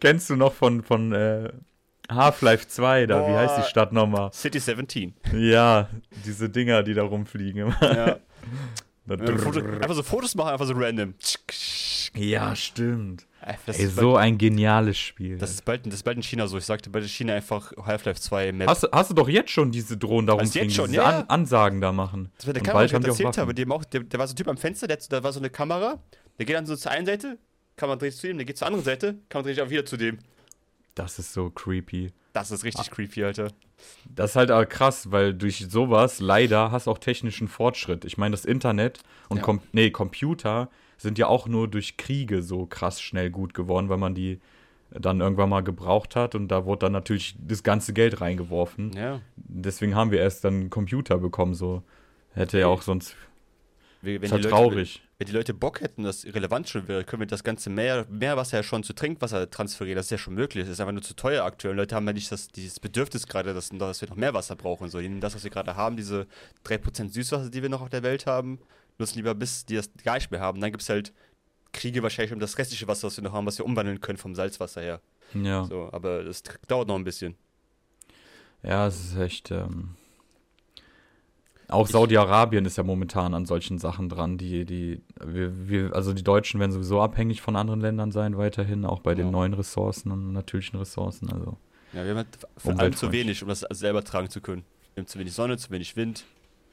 Kennst du noch von, von äh, Half-Life 2 da? Wie heißt die Boah. Stadt nochmal? City 17. Ja, diese Dinger, die da rumfliegen. Ja. *laughs* Da Wenn wir Foto, einfach so Fotos machen, einfach so random. Das Ja, stimmt. Ey, ist, so ein geniales Spiel. das, ist bald, das ist bald in China so. Ich sagte, bald in China einfach Half-Life 2 Map. hast, du- hast du doch jetzt schon diese Drohnen da Also rumfliegen, jetzt schon, die diese ja, An Ansagen da machen. Das war der Und Kamera, bald die ich haben die auch erzählt Waffen. habe. Dem auch, der, der war so ein Typ am Fenster, der, hat so- da war so eine Kamera. Der geht dann so zur einen Seite, Kamera dreht sich zu ihm, der geht zur anderen Seite, Kamera dreht sich auch wieder zu dem. Das ist so creepy. Das ist Ah. richtig creepy, Alter. Das ist halt aber krass, weil durch sowas leider hast du auch technischen Fortschritt. Ich meine, das Internet und Ja. Kom nee, Computer sind ja auch nur durch Kriege so krass schnell gut geworden, weil man die dann irgendwann mal gebraucht hat und da wurde dann natürlich das ganze Geld reingeworfen. Ja. Deswegen haben wir erst dann einen Computer bekommen, so. Hätte ja auch sonst. Wenn Ist die halt Leute- traurig. wenn die Leute Bock hätten, das relevant schon wäre, können wir das ganze Meer, Meerwasser ja schon zu Trinkwasser transferieren. Das ist ja schon möglich. Das ist einfach nur zu teuer aktuell. Leute haben ja nicht das, dieses Bedürfnis gerade, dass, dass wir noch mehr Wasser brauchen. So, die nehmen das, was wir gerade haben, diese 3% Süßwasser, die wir noch auf der Welt haben, nutzen lieber, bis die das gar nicht mehr haben. Dann gibt es halt Kriege wahrscheinlich um das restliche Wasser, was wir noch haben, was wir umwandeln können vom Salzwasser her. Ja. So, aber das dauert noch ein bisschen. Ja, es ist echt. Ähm auch Saudi-Arabien ist ja momentan an solchen Sachen dran, die, die, wir, wir, also die Deutschen werden sowieso abhängig von anderen Ländern sein, weiterhin, auch bei den Ja. neuen Ressourcen und natürlichen Ressourcen. Also. Ja, wir haben halt vor allem zu Umweltfreundlich. wenig, um das selber tragen zu können. Wir haben zu wenig Sonne, zu wenig Wind,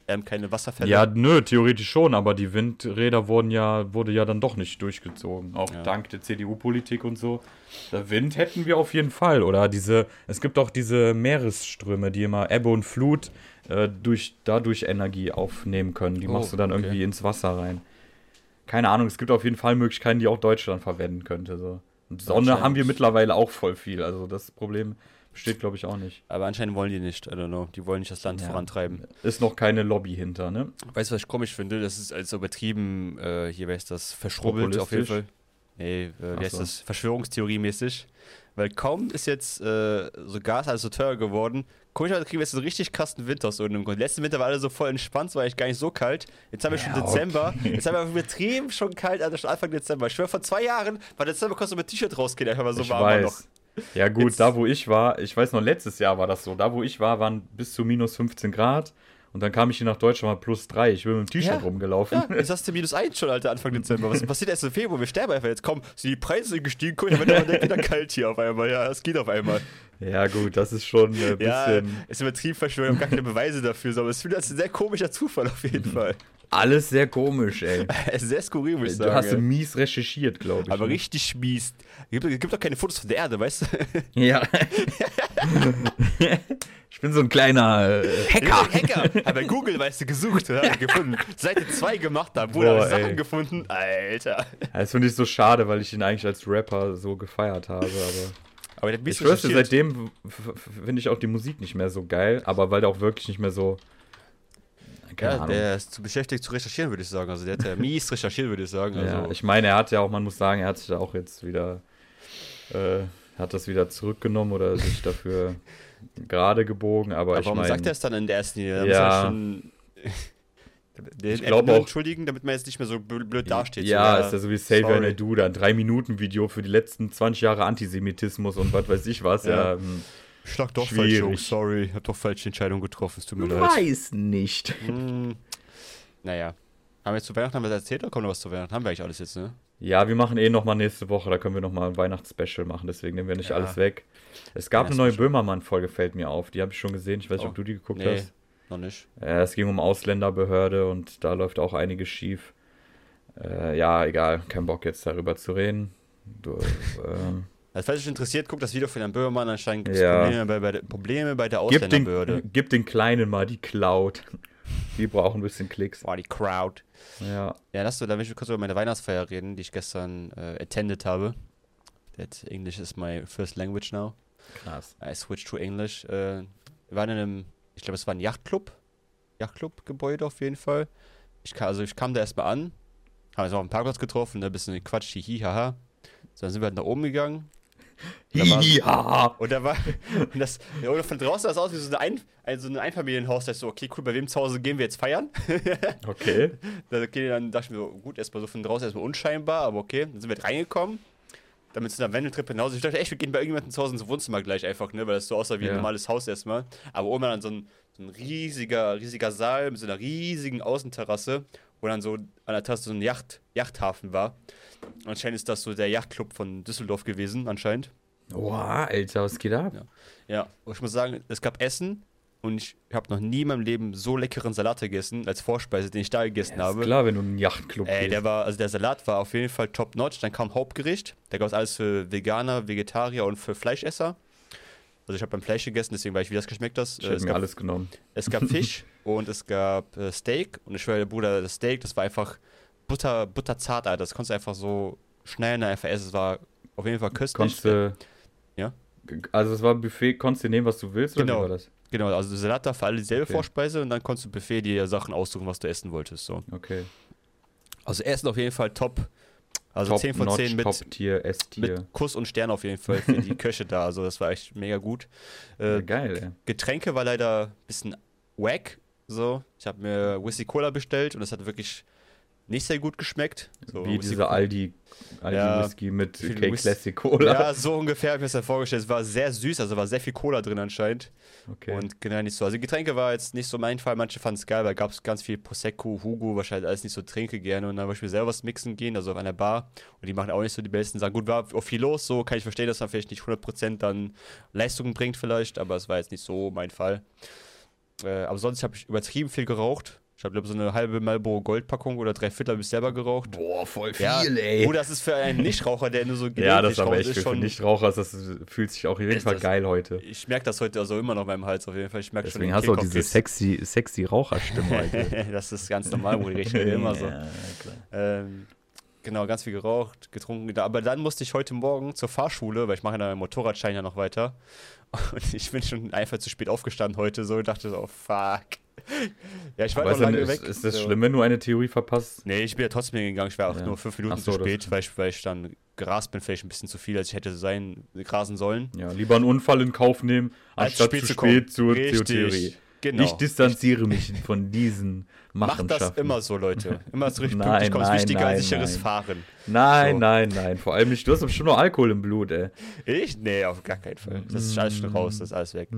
ähm, keine Wasserfälle. Ja, nö, theoretisch schon, aber die Windräder wurden ja, wurde ja dann doch nicht durchgezogen. Auch Ja. dank der CDU-Politik und so. Der Wind hätten wir auf jeden Fall. Oder diese, es gibt auch diese Meeresströme, die immer Ebbe und Flut äh, durch, dadurch Energie aufnehmen können. Die Oh, machst du dann okay. irgendwie ins Wasser rein. Keine Ahnung, es gibt auf jeden Fall Möglichkeiten, die auch Deutschland verwenden könnte. So. Und Sonne Wahrscheinlich. haben wir mittlerweile auch voll viel. Also das Problem besteht, glaube ich, auch nicht. Aber anscheinend wollen die nicht, I don't know. Die wollen nicht das Land Ja. vorantreiben. Ist noch keine Lobby hinter, ne? Weißt du, was ich komisch finde? Das ist als übertrieben, äh, hier wäre das verschrubbelt auf jeden Populistisch? Fall. Nee, äh, wie Ach heißt so. das? Verschwörungstheorie-mäßig. Weil kaum ist jetzt äh, so Gas alles so teuer geworden. Komischerweise kriegen wir jetzt so einen richtig krassen Winter aus irgendeinem Grund. Letzten Winter war alle so voll entspannt, es war eigentlich gar nicht so kalt. Jetzt haben wir schon Ja, Dezember. Jetzt haben wir übertrieben schon kalt, Alter, schon Anfang Dezember. Ich schwöre, vor zwei Jahren war Dezember, konntest du mit T-Shirt rausgehen, einfach mal so ich warm war weiß. noch. Ja gut, Jetzt- da wo ich war, ich weiß noch, letztes Jahr war das so, da wo ich war, waren bis zu minus 15 Grad und dann kam ich hier nach Deutschland mal plus 3. Ich bin mit dem T-Shirt Ja. rumgelaufen. Ja, *laughs* jetzt hast du minus eins schon, Alter, Anfang Dezember. Was passiert erst im Februar? Wir sterben einfach jetzt. Komm, sind die Preise sind gestiegen, guck, ich bin wieder kalt hier auf einmal. Ja, es geht auf einmal. Ja, gut, das ist schon ein Ja, bisschen ist übertrieben verschwörung, gar keine Beweise dafür, so, aber es fühlt als ein sehr komischer Zufall auf Mhm. jeden Fall. *laughs* alles sehr komisch, ey. Es ist sehr skurril, muss ich Du hast sagen. mies recherchiert, glaube ich. Aber ne? richtig schmiest. Es gibt, gibt doch keine Fotos von der Erde, *laughs* weißt du? *laughs* Ja. ich bin so ein kleiner äh, Hacker. Hacker! Aber Google, weißt du, gesucht, *laughs* ja, gefunden. Seite 2 gemacht, da wurden Boah, alle Sachen ey. gefunden. Alter. Das finde ich so schade, weil ich ihn eigentlich als Rapper so gefeiert habe, aber Aber der hat mies Ich schwöre, recherchiert. seitdem f- f- finde ich auch die Musik nicht mehr so geil, aber weil der auch wirklich nicht mehr so. Keine Ja, Ahnung. der ist zu beschäftigt zu recherchieren, würde ich sagen. Also der hat ja mies recherchiert, würde ich sagen. Also, ja, ich meine, er hat ja auch, man muss sagen, er hat sich da auch jetzt wieder, äh, hat das wieder zurückgenommen oder *laughs* sich dafür gerade gebogen, aber, aber ich warum meine, sagt er es dann in der ersten Linie? Da muss Ja. er *laughs* schon den Ich glaube Eltern auch- entschuldigen, damit man jetzt nicht mehr so blöd blöd dasteht. ja, So, ist ja so wie Savior sorry. and I Do, da ein 3-Minuten-Video für die letzten 20 Jahre Antisemitismus und was weiß ich was. Ja. Ja. hm. Schlag doch falsch, Schwierig. Jungs, sorry. Hab doch falsche Entscheidung getroffen, es tut mir leid. weiß nicht. Hm, naja. Haben wir jetzt zu Weihnachten haben wir das erzählt oder kommt noch was zu Weihnachten? Haben wir eigentlich alles jetzt, ne? Ja, wir machen eh nochmal nächste Woche, da können wir nochmal ein Weihnachtsspecial machen, deswegen nehmen wir nicht Ja. alles weg. Es gab eine neue Weihnachtsspecial. Böhmermann-Folge, fällt mir auf. Die habe ich schon gesehen, ich weiß nicht, Oh, ob du die geguckt nee, hast. noch nicht. Äh, es ging um Ausländerbehörde und da läuft auch einiges schief. Äh, ja, egal, kein Bock jetzt darüber zu reden. Du, *laughs* ähm, Also, falls euch interessiert, guckt das Video von Herrn Böhmermann. Anscheinend gibt es Ja. Probleme, bei, bei, der- Probleme bei der gib, Ausländerbehörde. den, gib den Kleinen mal die Cloud. Die brauchen ein bisschen Klicks. Boah, die Crowd. Ja. Ja, lass du, da will ich kurz über meine Weihnachtsfeier reden, die ich gestern äh, attended habe. That English is my first language now. Krass. I switched to English. Äh, wir waren in einem, ich glaube, es war ein Yachtclub. Yachtclub-Gebäude auf jeden Fall. Ich kam, also ich kam da erstmal an, haben uns auf dem Parkplatz getroffen, ein bisschen Quatsch, hihi, haha. So, dann sind wir halt nach oben gegangen. Da war's- Ja. Und da war, *laughs* und das, ja, oder von draußen sah es aus wie so, eine ein, also ein, so ein Einfamilienhaus. Da ist so, okay, cool, bei wem zu Hause gehen wir jetzt feiern? Okay. Dann, okay, dann dachte ich mir, so, gut, erstmal so von draußen erstmal unscheinbar, aber okay. Dann sind wir halt reingekommen. Dann mit so einer Wendeltreppe hinaus. Ich dachte echt, wir gehen bei irgendjemandem zu Hause ins Wohnzimmer gleich einfach, ne? Weil das so aussah wie ein Ja. normales Haus erstmal. Aber oben dann so ein, so ein riesiger, riesiger Saal mit so einer riesigen Außenterrasse, wo dann so an der Terrasse so ein Yacht, Yachthafen war. Anscheinend ist das so der Yachtclub von Düsseldorf gewesen, anscheinend. Boah, Alter, was geht ab? Ja. Ja, und ich muss sagen, es gab Essen und ich habe noch nie in meinem Leben so leckeren Salat gegessen als Vorspeise, den ich da gegessen Ja, ist habe. klar, wenn du in einen Yachtclub Ey, der gehst. war, also der Salat war auf jeden Fall top notch. Dann kam Hauptgericht. Da gab es alles für Veganer, Vegetarier und für Fleischesser. Also ich habe beim Fleisch gegessen, deswegen weiß ich, wie das geschmeckt hat. Ich Äh, hätte Es mir gab, alles genommen. es gab *laughs* Fisch und es gab äh, Steak. Und ich schwöre, Bruder, das Steak, das war einfach Butter, butterzart, Alter. Das konntest du einfach so schneiden, einfach essen. Es war auf jeden Fall köstlich. Konntest du. Ja? Also, es war ein Buffet, konntest du nehmen, was du willst, Genau. oder wie war das? Genau, also Salat war für alle dieselbe Okay. Vorspeise und dann konntest du Buffet dir Sachen aussuchen, was du essen wolltest. So. Okay. Also Essen auf jeden Fall top. Also Top 10 von 10 mit, Notch, Top-Tier, S-Tier. mit Kuss und Stern auf jeden Fall für *laughs* die Köche da. Also das war echt mega gut. Ja, Äh, geil, ey. Getränke war leider ein bisschen wack. So, ich habe mir Whisky Cola bestellt und das hat wirklich nicht sehr gut geschmeckt. So, Wie Whisky- dieser Aldi, Aldi Ja, Whisky mit viel Cake Whis- Classic Cola. Ja, so ungefähr habe ich mir das dann vorgestellt. Es war sehr süß, also war sehr viel Cola drin anscheinend. *laughs* okay. Und genau nicht so. Also Getränke war jetzt nicht so mein Fall. Manche fanden es geil, weil gab es ganz viel Prosecco, Hugo, wahrscheinlich alles nicht so trinke gerne. Und dann wollte ich mir selber was mixen gehen, also auf einer Bar. Und die machen auch nicht so die besten Sachen. Gut, war auch viel los, so kann ich verstehen, dass man vielleicht nicht 100% dann Leistungen bringt vielleicht, aber es war jetzt nicht so mein Fall. Äh, aber sonst habe ich übertrieben viel geraucht. Ich habe, glaube so eine halbe Marlboro Goldpackung oder drei Viertel habe ich selber geraucht. Boah, voll viel, Ja, ey. Oder das ist für *laughs* einen Nichtraucher, der nur so ja, gelegentlich das ist aber raucht, echt ist für- für Nichtraucher. Das fühlt sich auch auf jeden Ist Fall das- geil heute. Ich merke das heute also immer noch beim Hals auf jeden Fall. Ich merke Deswegen schon hast du auch Kehlkopf- diese sexy, *laughs* sexy Raucherstimme heute. das ist ganz normal, Bruder. Ich rede immer so. Ja, klar. Ähm, genau, ganz viel geraucht, getrunken. Aber dann musste ich heute Morgen zur Fahrschule, weil ich mache ja meinen Motorradschein ja noch weiter. *laughs* Und ich bin schon einfach zu spät aufgestanden heute so und dachte so, oh, fuck. Ja, ich war Aber noch ist, denn, lange ist, weg. ist das so. schlimm, wenn du eine Theorie verpasst? Nee, ich bin ja trotzdem hingegangen. Ich war auch Ja. nur fünf Minuten Ach so, zu das- spät, weil ich, weil ich dann gerast bin, vielleicht ein bisschen zu viel, als ich hätte sein, grasen sollen. Ja, lieber einen Unfall in Kauf nehmen, Als anstatt zu spät zur Richtig. Theorie. Genau. Ich distanziere mich von diesen *laughs* Macht das Machenschaften. immer so, Leute. Immer *laughs* so richtig Nein, pünktlich kommt, ist nein, wichtiger nein, als sicheres nein. Fahren. Nein, So. nein, nein. Vor allem nicht. Du hast bestimmt noch Alkohol im *laughs* Blut, ey. Ich? Nee, auf gar keinen Fall. Das ist alles schon raus, das ist alles weg.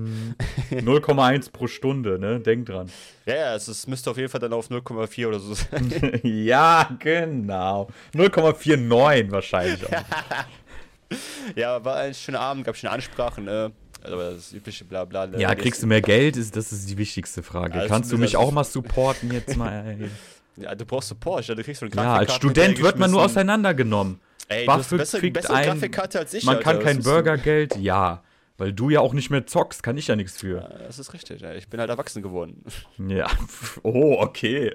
0,1 pro Stunde, ne? Denk dran. *laughs* Ja, ja, es ist, müsste auf jeden Fall dann auf 0,4 oder so sein. ja, genau. 0,49 wahrscheinlich auch. ja, war ein schöner Abend, gab schöne Ansprachen, ne? Also aber das übliche Blabla. ne? Ja, kriegst du mehr Geld? Ist, das ist die wichtigste Frage. Ja, das Kannst du ist- mich das auch ist- mal supporten jetzt *laughs* mal? Ey? Ja, du brauchst Support, ja, du kriegst so eine Ja, als Grafikkarte Student wird man nur hinterhergeschmissen. auseinandergenommen. Ey, du hast BAföG bessere, kriegt bessere ein- Grafikkarte als ich, Man Alter, kann das kein ist so- Burgergeld, ja. Weil du ja auch nicht mehr zockst, kann ich ja nichts für. Ja, Das ist richtig, ja. ich bin halt erwachsen geworden. *laughs* Ja. *laughs* Oh, okay.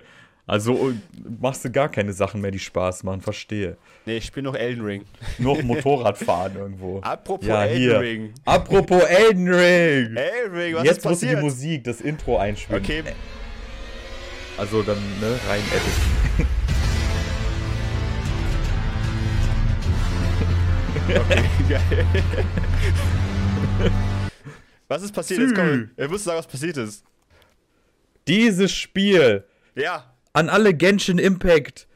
Also machst du gar keine Sachen mehr, die Spaß machen, verstehe. Nee, ich spiele noch Elden Ring. *laughs* Nur auf Motorradfahren irgendwo. Apropos ja, Elden hier. Ring. Apropos Elden Ring. Elden Ring, was Jetzt ist musst du passiert? die Musik, das Intro einspielen. Okay, Also dann, ne, rein editen. Geil. was ist passiert? Jetzt komm, wir müssen sagen, was passiert ist. Dieses Spiel Ja, an alle *laughs* Genshin Impact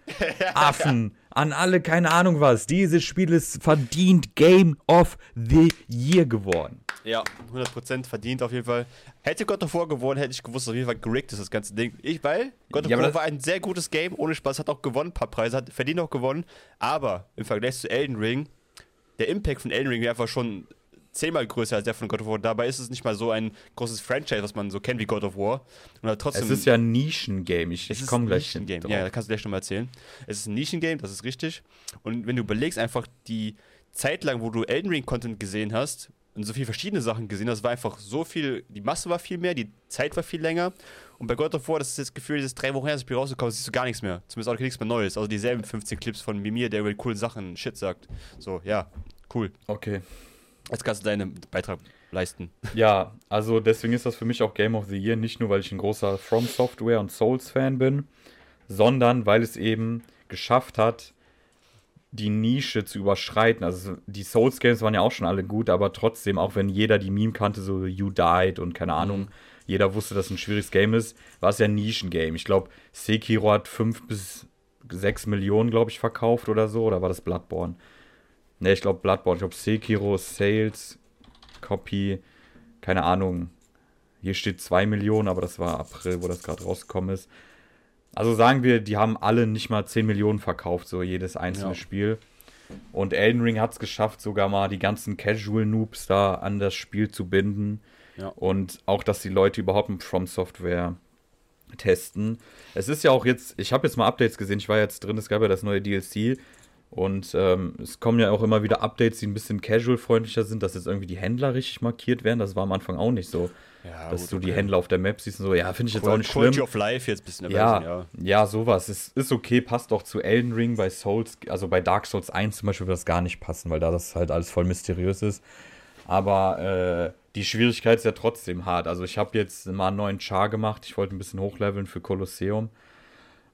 Affen, an alle keine Ahnung was. Dieses Spiel ist verdient Game of the Year geworden. ja, 100% verdient auf jeden Fall. Hätte God of War gewonnen, hätte ich gewusst, auf jeden Fall gerickt ist das ganze Ding. Ich, weil God of Ja, aber War das- war ein sehr gutes Game, ohne Spaß, hat auch gewonnen, ein paar Preise, hat verdient auch gewonnen. Aber im Vergleich zu Elden Ring, der Impact von Elden Ring wäre einfach schon zehnmal größer als der von God of War. Dabei ist es nicht mal so ein großes Franchise, was man so kennt wie God of War. Und hat trotzdem Es ist ja ein Nischen-Game. Ich, Es ich ist komme ein gleich hin. Nischengame. drauf. Ja, da kannst du gleich schon mal erzählen. Es ist ein Nischengame, das ist richtig. Und wenn du überlegst, einfach die Zeit lang, wo du Elden Ring Content gesehen hast und so viele verschiedene Sachen gesehen hast, war einfach so viel, die Masse war viel mehr, die Zeit war viel länger. Und bei God of War, das ist das Gefühl, dieses drei Wochen her, das Spiel rausgekommen ist, siehst du gar nichts mehr. Zumindest auch nichts mehr Neues. Also dieselben 15 Clips von Mimir, der über die coolen Sachen Shit sagt. So, ja, cool. Okay. Jetzt kannst du deinen Beitrag leisten. Ja, also deswegen ist das für mich auch Game of the Year, nicht nur, weil ich ein großer From Software und Souls-Fan bin, sondern weil es eben geschafft hat, die Nische zu überschreiten. Also die Souls-Games waren ja auch schon alle gut, aber trotzdem, auch wenn jeder die Meme kannte, so You Died und keine Ahnung, jeder wusste, dass es ein schwieriges Game ist, war es ja ein Nischen-Game. Ich glaube, Sekiro hat 5 bis 6 Millionen, glaube ich, verkauft oder so, oder war das Bloodborne? Ne, ich glaube Bloodborne. Ich glaube Sekiro, Sales, Copy, keine Ahnung. Hier steht 2 Millionen, aber das war April, wo das gerade rausgekommen ist. Also sagen wir, die haben alle nicht mal 10 Millionen verkauft, so jedes einzelne Ja. Spiel. Und Elden Ring hat es geschafft, sogar mal die ganzen Casual-Noobs da an das Spiel zu binden. Ja. Und auch, dass die Leute überhaupt mit From Software testen. Es ist ja auch jetzt, ich habe jetzt mal Updates gesehen, ich war jetzt drin, es gab ja das neue DLC. Und ähm, es kommen ja auch immer wieder Updates, die ein bisschen casual-freundlicher sind, dass jetzt irgendwie die Händler richtig markiert werden. Das war am Anfang auch nicht so. Ja, dass gut, du die okay. Händler auf der Map siehst und so, ja, finde ich jetzt auch nicht Quality schlimm. of Life jetzt ein bisschen Ja, erweisen, ja. ja, sowas. Es ist okay, passt auch zu Elden Ring bei Souls, also bei Dark Souls 1 zum Beispiel würde das gar nicht passen, weil da das halt alles voll mysteriös ist. Aber äh, die Schwierigkeit ist ja trotzdem hart. Also ich habe jetzt mal einen neuen Char gemacht. Ich wollte ein bisschen hochleveln für Kolosseum.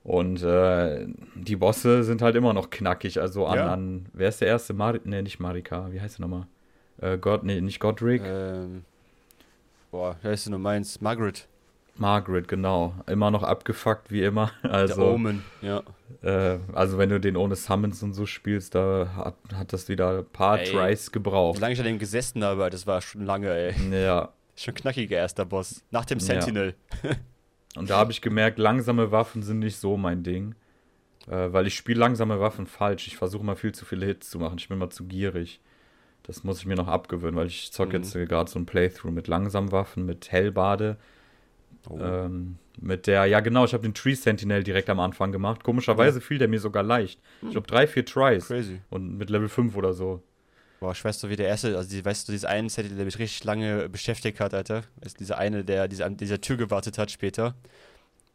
Und äh, die Bosse sind halt immer noch knackig. Also an, Ja. an wer ist der erste? Mar ne, nicht Marika, wie heißt er nochmal? Äh, God, nee, nicht Godric. Ähm, boah, da ist nur meins. Margaret. Margaret, genau. Immer noch abgefuckt wie immer. *laughs* der Also, Omen. Ja. äh, also wenn du den ohne Summons und so spielst, da hat, hat das wieder ein paar Ey. Tries Wie gebraucht. lange ich an dem gesessen habe, Alter, das war schon lange, ey. Ja. Schon knackiger erster Boss. Nach dem Ja. Sentinel. Und da habe ich gemerkt, langsame Waffen sind nicht so mein Ding. Äh, weil ich spiele langsame Waffen falsch. Ich versuche mal viel zu viele Hits zu machen. Ich bin mal zu gierig. Das muss ich mir noch abgewöhnen, weil ich zocke Mhm. jetzt äh, gerade so ein Playthrough mit langsamen Waffen, mit Hellbade. Oh. Ähm, mit der, ja genau, ich habe den Tree Sentinel direkt am Anfang gemacht. Komischerweise fiel der mir sogar leicht. Hm. Ich glaube drei, vier Tries. Crazy. Und mit Level 5 oder so. Boah, ich weiß doch, wie der erste, also die, weißt du, dieses einen Sentinel, der mich richtig lange beschäftigt hat, Alter. Ist dieser eine, der diese, an dieser Tür gewartet hat später.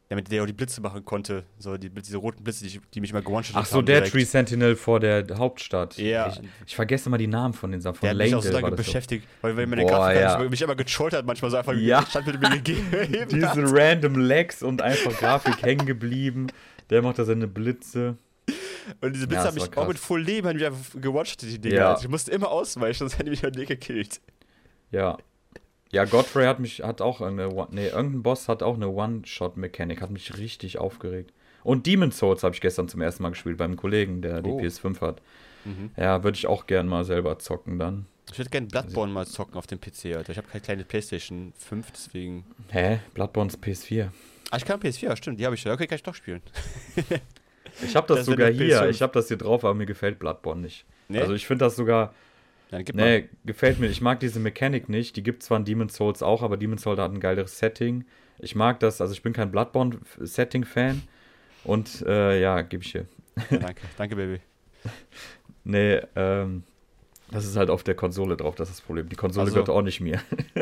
Damit der auch die Blitze machen konnte. So, die, Blitze- diese roten Blitze, die, ich- die mich mal gewonshot haben. Ach so, der direkt. Tree Sentinel vor der Hauptstadt. Ja. Ich, ich vergesse immer die Namen von den Sachen. Von Der hat mich auch so Lanedale war lange das doch. beschäftigt, weil wenn meine Boah, Kraft ja. mich immer getrollt hat, manchmal so einfach Ja. stand mit *laughs* mir gegeben. hat. Diese random Lags und einfach Grafik hängen geblieben. Der macht da seine Blitze. Und diese Blitze Ja, das haben war mich krass. auch mit voll Leben haben mich einfach gewatcht, die Dinger. Ja. Also ich musste immer ausweichen, sonst hätte mich halt nicht gekillt. Ja. Ja, Godfrey hat mich, hat auch eine, One- nee, irgendein Boss hat auch eine One-Shot-Mechanik, hat mich richtig aufgeregt. Und Demon Souls habe ich gestern zum ersten Mal gespielt beim Kollegen, der die Oh. Mhm. PS5 hat. Ja, würde ich auch gern mal selber zocken dann. Ich würde gerne Bloodborne mal zocken auf dem PC, Alter. Ich habe keine kleine Playstation 5, deswegen. Hä? Bloodborne's PS4. Ah, ich kann PS4, stimmt, die habe ich ja. Okay, kann ich doch spielen. Ich habe das, Das wär sogar eine hier, PS5. ich habe das hier drauf, aber mir gefällt Bloodborne nicht. Nee? Also ich finde das sogar, Dann gib mal. Nee, gefällt mir. Ich mag diese Mechanik nicht. Die gibt zwar in Demon's Souls auch, aber Demon's Souls hat ein geileres Setting. Ich mag das, also ich bin kein Bloodborne-Setting-Fan. Und äh, ja, gebe ich hier. *laughs* Ja, danke, danke, Baby. Nee, ähm, das ist halt auf der Konsole drauf, das ist das Problem. Die Konsole Also- gehört auch nicht mir.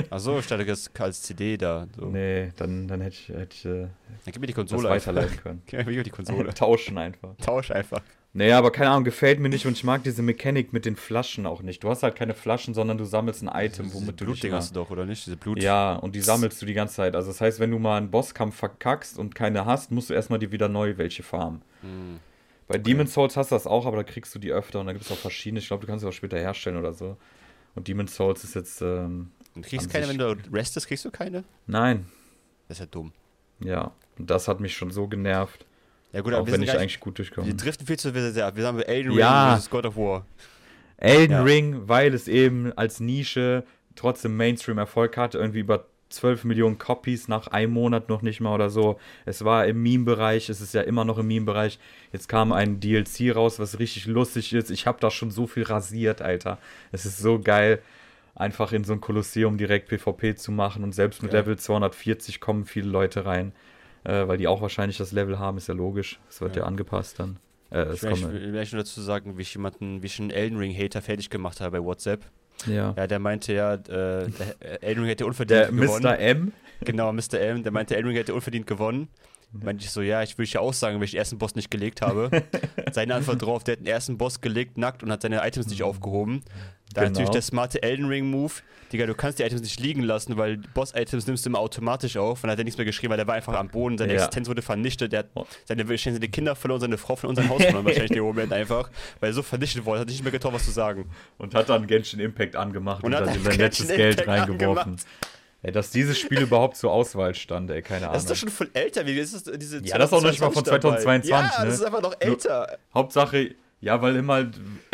Achso, statt das als CD da. So. Nee, dann, dann hätte ich, hätte ich äh, Dann gib mir die das Konsole einfach. weiterleiten können. *laughs* Gib mir die *laughs* Konsole. Tauschen einfach. Tausch einfach. Naja, aber keine Ahnung, gefällt mir nicht und ich mag diese Mechanik mit den Flaschen auch nicht. Du hast halt keine Flaschen, sondern du sammelst ein Item, Diese womit du dich Blutdinger immer- hast du doch, oder nicht? Diese Blut. Ja, und die sammelst du die ganze Zeit. Also das heißt, wenn du mal einen Bosskampf verkackst und keine hast, musst du erstmal dir wieder neu welche farmen. Hm. Bei Demon's Souls hast du das auch, aber da kriegst du die öfter und da gibt es auch verschiedene. Ich glaube, du kannst sie auch später herstellen oder so. Und Demon's Souls ist jetzt, ähm, Du kriegst An keine, sich- wenn du restest, kriegst du keine? nein. Das ist ja dumm. Ja, und das hat mich schon so genervt. Ja gut, auch aber wir wenn sind ich gar nicht, eigentlich gut wir durchkomme. driften viel zu sehr ab. Wir sagen Elden Ja. Ring versus God of War. Elden Ja. Ring, weil es eben als Nische trotzdem Mainstream-Erfolg hatte, irgendwie über 12 Millionen Copies nach einem Monat noch nicht mal oder so. Es war im Meme-Bereich, es ist ja immer noch im Meme-Bereich. Jetzt kam ein DLC raus, was richtig lustig ist. Ich habe da schon so viel rasiert, Alter. Es ist so geil, einfach in so ein Kolosseum direkt PvP zu machen und selbst mit Ja. Level 240 kommen viele Leute rein, äh, weil die auch wahrscheinlich das Level haben, ist ja logisch. Es wird ja, Ja. angepasst dann. Äh, es Ich will, ich kommen, will gleich nur dazu sagen, wie ich jemanden, wie ich einen Elden Ring-Hater fertig gemacht habe bei WhatsApp. ja. Ja, der meinte ja, äh, der Elden Ring hätte unverdient Der gewonnen. Mr. M. Genau, Mr. M, der meinte, Elden Ring hätte unverdient gewonnen. Meinte ich so, ja, ich will ich ja auch sagen, weil ich den ersten Boss nicht gelegt *laughs* habe. Seine Antwort drauf, der hat den ersten Boss gelegt, nackt und hat seine Items nicht aufgehoben. Da Mhm. Genau. natürlich der smarte Elden Ring-Move. Digga, du kannst die Items nicht liegen lassen, weil Boss-Items nimmst du immer automatisch auf. Und dann hat er nichts mehr geschrieben, weil er war einfach am Boden, seine Ja. Existenz wurde vernichtet. Er hat Oh. seine, seine Kinder verloren, seine Frau verloren, sein Haus verloren wahrscheinlich in dem Moment einfach. Weil er so vernichtet wurde, hat nicht mehr getroffen, was zu sagen. Und hat dann Genshin Impact angemacht und, Und hat dann dann sein letztes Genshin Geld Impact reingeworfen. angemacht. Ey, dass dieses Spiel überhaupt zur Auswahl stand, ey, keine Ahnung. Das ist doch schon voll älter. Wie ist das, diese Ja, das ist auch noch nicht mal von 2022 dabei? 2022, Ja, ne? das ist einfach noch älter. Hauptsache, ja, weil immer halt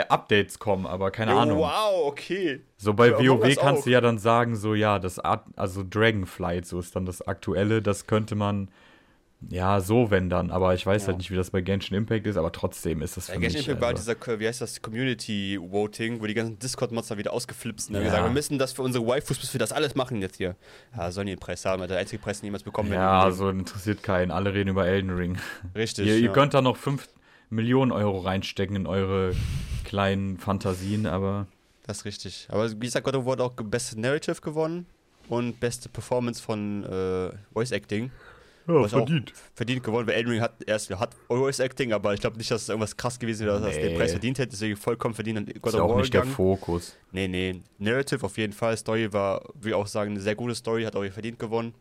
Updates kommen, aber keine Ahnung. Oh, Wow, okay. So bei Für Among WoW Us kannst du auch. ja dann sagen, so ja, das Art, also Dragonflight, so ist dann das aktuelle, das könnte man ja so wenn dann, aber ich weiß Ja. halt nicht, wie das bei Genshin Impact ist, aber trotzdem ist das für Ja, mich. Genshin Impact war halt also. dieser, Co- wie heißt das, Community Voting, wo die ganzen Discord-Monster wieder ausgeflippt sind. und Ja. gesagt, wir müssen das für unsere Waifus, bis wir das alles machen jetzt hier. Ja, sollen die den Preis haben, der einzige Preis, den jemals bekommen Ja, werden. so interessiert keinen. Alle reden über Elden Ring. Richtig. ihr, ihr ja. könnt da noch 5 Millionen Euro reinstecken in eure kleinen Fantasien, aber Das ist richtig. Aber wie gesagt, God of War hat auch ge- beste Narrative gewonnen und beste Performance von äh, Voice Acting. ja, Was auch verdient gewonnen, weil Elden Ring hat erst hat Voice Acting, aber ich glaube nicht, dass es irgendwas krass gewesen wäre, dass er Nee. den Preis verdient hätte. Deswegen vollkommen verdient an God Ist ja of auch War nicht der gegangen. Fokus. Nee, nee. Narrative auf jeden Fall. Story war, würde ich auch sagen, eine sehr gute Story, hat auch verdient gewonnen.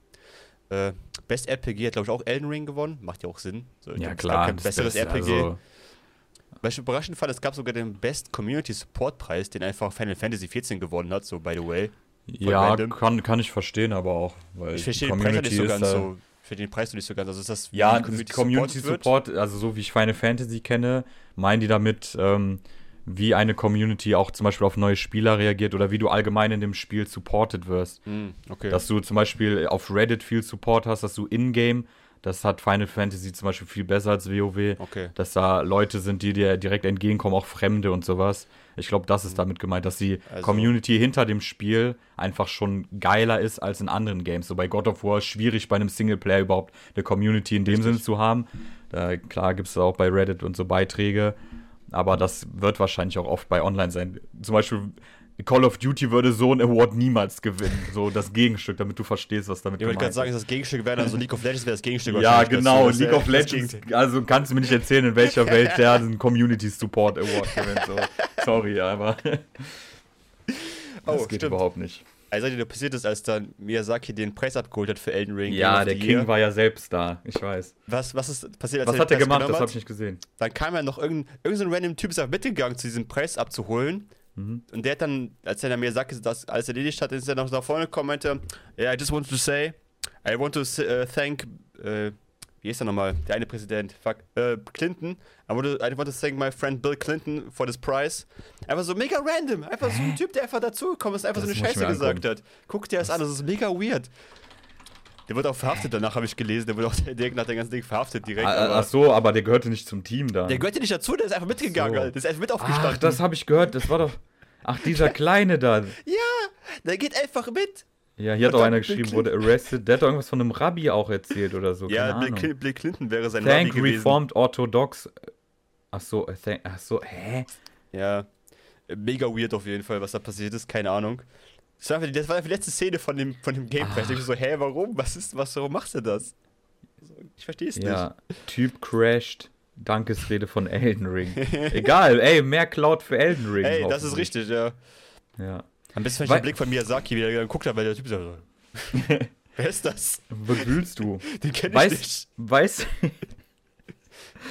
Äh, Best RPG hat, glaube ich, auch Elden Ring gewonnen. Macht ja auch Sinn. So, ich Ja, glaub, klar. Kein das besseres Beste, RPG. also- Was ich überraschend fand, es gab sogar den Best Community Support Preis, den einfach Final Fantasy XIV gewonnen hat, so by the way. Äh, ja, random. kann, kann ich verstehen, aber auch, weil Ich verstehe die den Preis noch nicht so ganz da- so. Ich verstehe den Preis noch nicht so ganz. Also ist das wie Ja, die Community, supported Community wird? Support, also so wie ich Final Fantasy kenne, meinen die damit, ähm, wie eine Community auch zum Beispiel auf neue Spieler reagiert oder wie du allgemein in dem Spiel supported wirst. Hm, okay. Dass du zum Beispiel auf Reddit viel Support hast, dass du in-game, das hat Final Fantasy zum Beispiel viel besser als WoW, okay. dass da Leute sind, die dir direkt entgegenkommen, auch Fremde und sowas. Ich glaube, das ist damit gemeint, dass die Mhm. Also- Community hinter dem Spiel einfach schon geiler ist als in anderen Games. So bei God of War schwierig bei einem Singleplayer überhaupt eine Community in dem Sinne zu haben. Da, klar gibt es auch bei Reddit und so Beiträge, aber das wird wahrscheinlich auch oft bei Online sein. Zum Beispiel Call of Duty würde so einen Award niemals gewinnen. So das Gegenstück, damit du verstehst, was damit Ich wollte gemeint gerade sagen, ist. das Gegenstück wäre dann so League of Legends wäre das Gegenstück Ja, wahrscheinlich genau. dazu. Das League wär of das Legends. Gegenteil. Also kannst du mir nicht erzählen, in welcher Welt der den Community Support Award gewinnt. So. Sorry, aber *laughs* das Oh, geht stimmt. überhaupt nicht. Also seid ihr da passiert ist, als dann Miyazaki den Preis abgeholt hat für Elden Ring. Game Ja, of der the King Year. war ja selbst da. Ich weiß. Was, was ist passiert, als Was er den hat er Preis gemacht? genommen Das hat? habe ich nicht gesehen. dann kam ja noch irgendein, irgendein random Typ ist auch mitgegangen, zu diesem Preis abzuholen. Mhm. Und der hat dann, als er dann mir sagte, dass alles erledigt hat, ist er noch nach vorne gekommen und meinte, yeah, I just want to say, I want to s- äh, thank, äh, wie ist er nochmal, der eine Präsident, fuck, äh, Clinton. I want, to, I want to thank my friend Bill Clinton for this prize. Einfach so mega random, einfach so ein Typ, der einfach dazugekommen ist, einfach Das so eine muss ich Scheiße mir gesagt hat. Guck dir das an, das ist mega weird. Der wird auch verhaftet, danach habe ich gelesen, der wird auch *laughs* direkt nach dem ganzen Ding verhaftet direkt. aber- Ah, Ach so, aber der gehörte nicht zum Team da. der gehört ja nicht dazu, der ist einfach mitgegangen, So. Alter. der ist einfach mit Ach, aufgestanden. das habe ich gehört. Das war doch. Ach, *laughs* dieser Kleine da. ja, der geht einfach mit. Ja, hier hat Und auch dann einer Bill geschrieben, wurde arrested. Der hat doch irgendwas von einem Rabbi auch erzählt oder so. Ja, Keine Bill, Ahnung. Cl Bill Clinton wäre sein Lobby Thank gewesen. Reformed Orthodox. Ach so, äh, thank, ach so, hä? Ja, mega weird auf jeden Fall, was da passiert ist, keine Ahnung. Das war, einfach die- das war einfach die letzte Szene von dem, von dem Gameplay. Ich dachte so, hä, warum? Was ist, was, warum machst du das? So, Ich verstehe es nicht. Ja, Typ crasht. Dankesrede von Elden Ring. Egal, ey, mehr Cloud für Elden Ring. Ey, das ist hoffentlich. richtig, ja. Ja. Am besten fand ich Weil- den Blick von Miyazaki, wie er geguckt hat, weil der Typ so. *laughs* Wer ist das? Was *laughs* willst du? Den kenne ich nicht. *laughs* Weiß, weiß, Das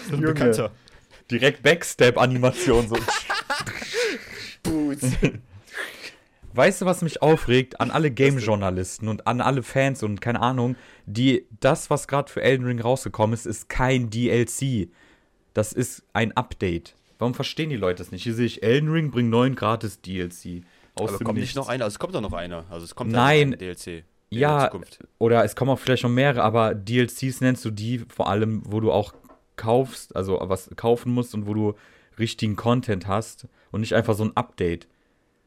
ist ein Junge. Bekannter. direkt Backstab-Animation. So. *laughs* Boots. Weißt du, was mich aufregt? An alle Game-Journalisten und an alle Fans und keine Ahnung, die das, was gerade für Elden Ring rausgekommen ist, ist kein DLC. Das ist ein Update. Warum verstehen die Leute das nicht? Hier sehe ich Elden Ring bringt neuen gratis DLC. Aus Aber dem kommt nicht Nichts. noch einer, also es kommt doch noch einer. Also es kommt Nein. ein DLC. in Ja, Zukunft. oder es kommen auch vielleicht noch mehrere, aber DLCs nennst du die vor allem, wo du auch kaufst, also was kaufen musst und wo du richtigen Content hast und nicht einfach so ein Update.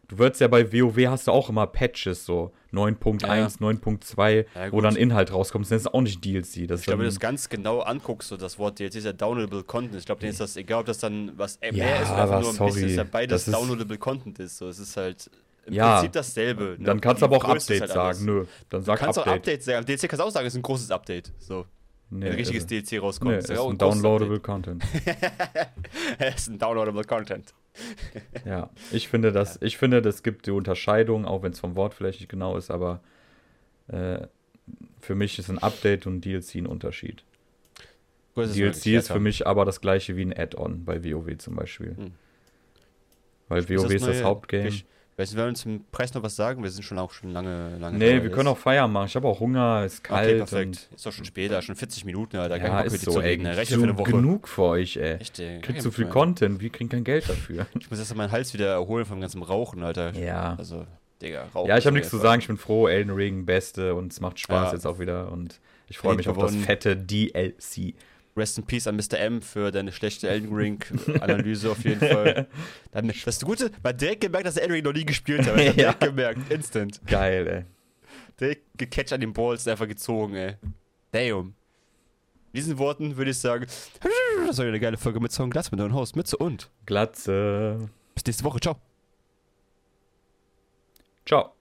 Du wirst ja bei WoW hast du auch immer Patches, so 9.1, Ja. 9.2, Ja, wo gut. dann Inhalt rauskommt. Das nennst du auch nicht DLC. Das Ich glaube, wenn du ist das ganz genau anguckst, so das Wort DLC ist ja Downloadable Content. Ich glaube, denen ist das egal, ob das dann was Ja, mehr ist oder einfach aber nur ein sorry, bisschen. Ist ja beides das ist- Downloadable Content ist. So, es ist halt im Ja. Prinzip dasselbe. ne? dann kannst du Die aber auch Größe Update ist halt sagen. anders. Nö, dann Du sag kannst Update. auch Update sagen. DLC kannst du auch sagen, ist ein großes Update. So. Nee, Wenn ein richtiges also, DLC rauskommt. nee, ist ist ja auch ein großes downloadable Content. Update. *laughs* Es ist ein Downloadable Content. Ja, ich finde das, ich finde, das gibt die Unterscheidung, auch wenn es vom Wort vielleicht nicht genau ist, aber äh, für mich ist ein Update und DLC ein Unterschied. Gut, dass wir das DLC ist geklärt für haben. mich aber das gleiche wie ein Add-on bei WoW zum Beispiel. Hm. Weil WoW ist das neue- Hauptgame. Ich, weißt du, wir wollen uns zum Preis noch was sagen. Wir sind schon auch schon lange, lange nee, da wir jetzt. können auch Feier machen. Ich habe auch Hunger, ist kalt. Okay, perfekt. Ist doch schon später, schon 40 Minuten, Alter. Und, Kein ja, Bock mit ist dir so, zu ey. reden. ne? Rechne für eine Zu, Woche. genug für euch, ey. Echt, ey. Kriegt Kein so viel Bock, Content, wir kriegen kein Geld dafür. Ich muss erstmal meinen Hals wieder erholen vom ganzen Rauchen, Alter. ja. Also, Digga, Rauchen. Ja, ich ist habe nichts zu einfach- sagen. Ich bin froh, Elden Ring, Beste und es macht Spaß Ja. jetzt auch wieder. Und ich freue mich Verdient auf das gewonnen. *laughs* fette DLC. Rest in Peace an Mr. M für deine schlechte Elden *laughs* Ring-Analyse auf jeden Fall. Dann, das Gute, man direkt gemerkt, dass der Elden Ring noch nie gespielt hat. Man hat *laughs* Ja. direkt gemerkt, instant. Geil, ey. Direkt gecatcht an den Balls, einfach gezogen, ey. Damn. In diesen Worten würde ich sagen, *laughs* das war wieder eine geile Folge mit Song Glatz mit deinem Host, Mütze und Glatze. bis nächste Woche. Ciao. Ciao.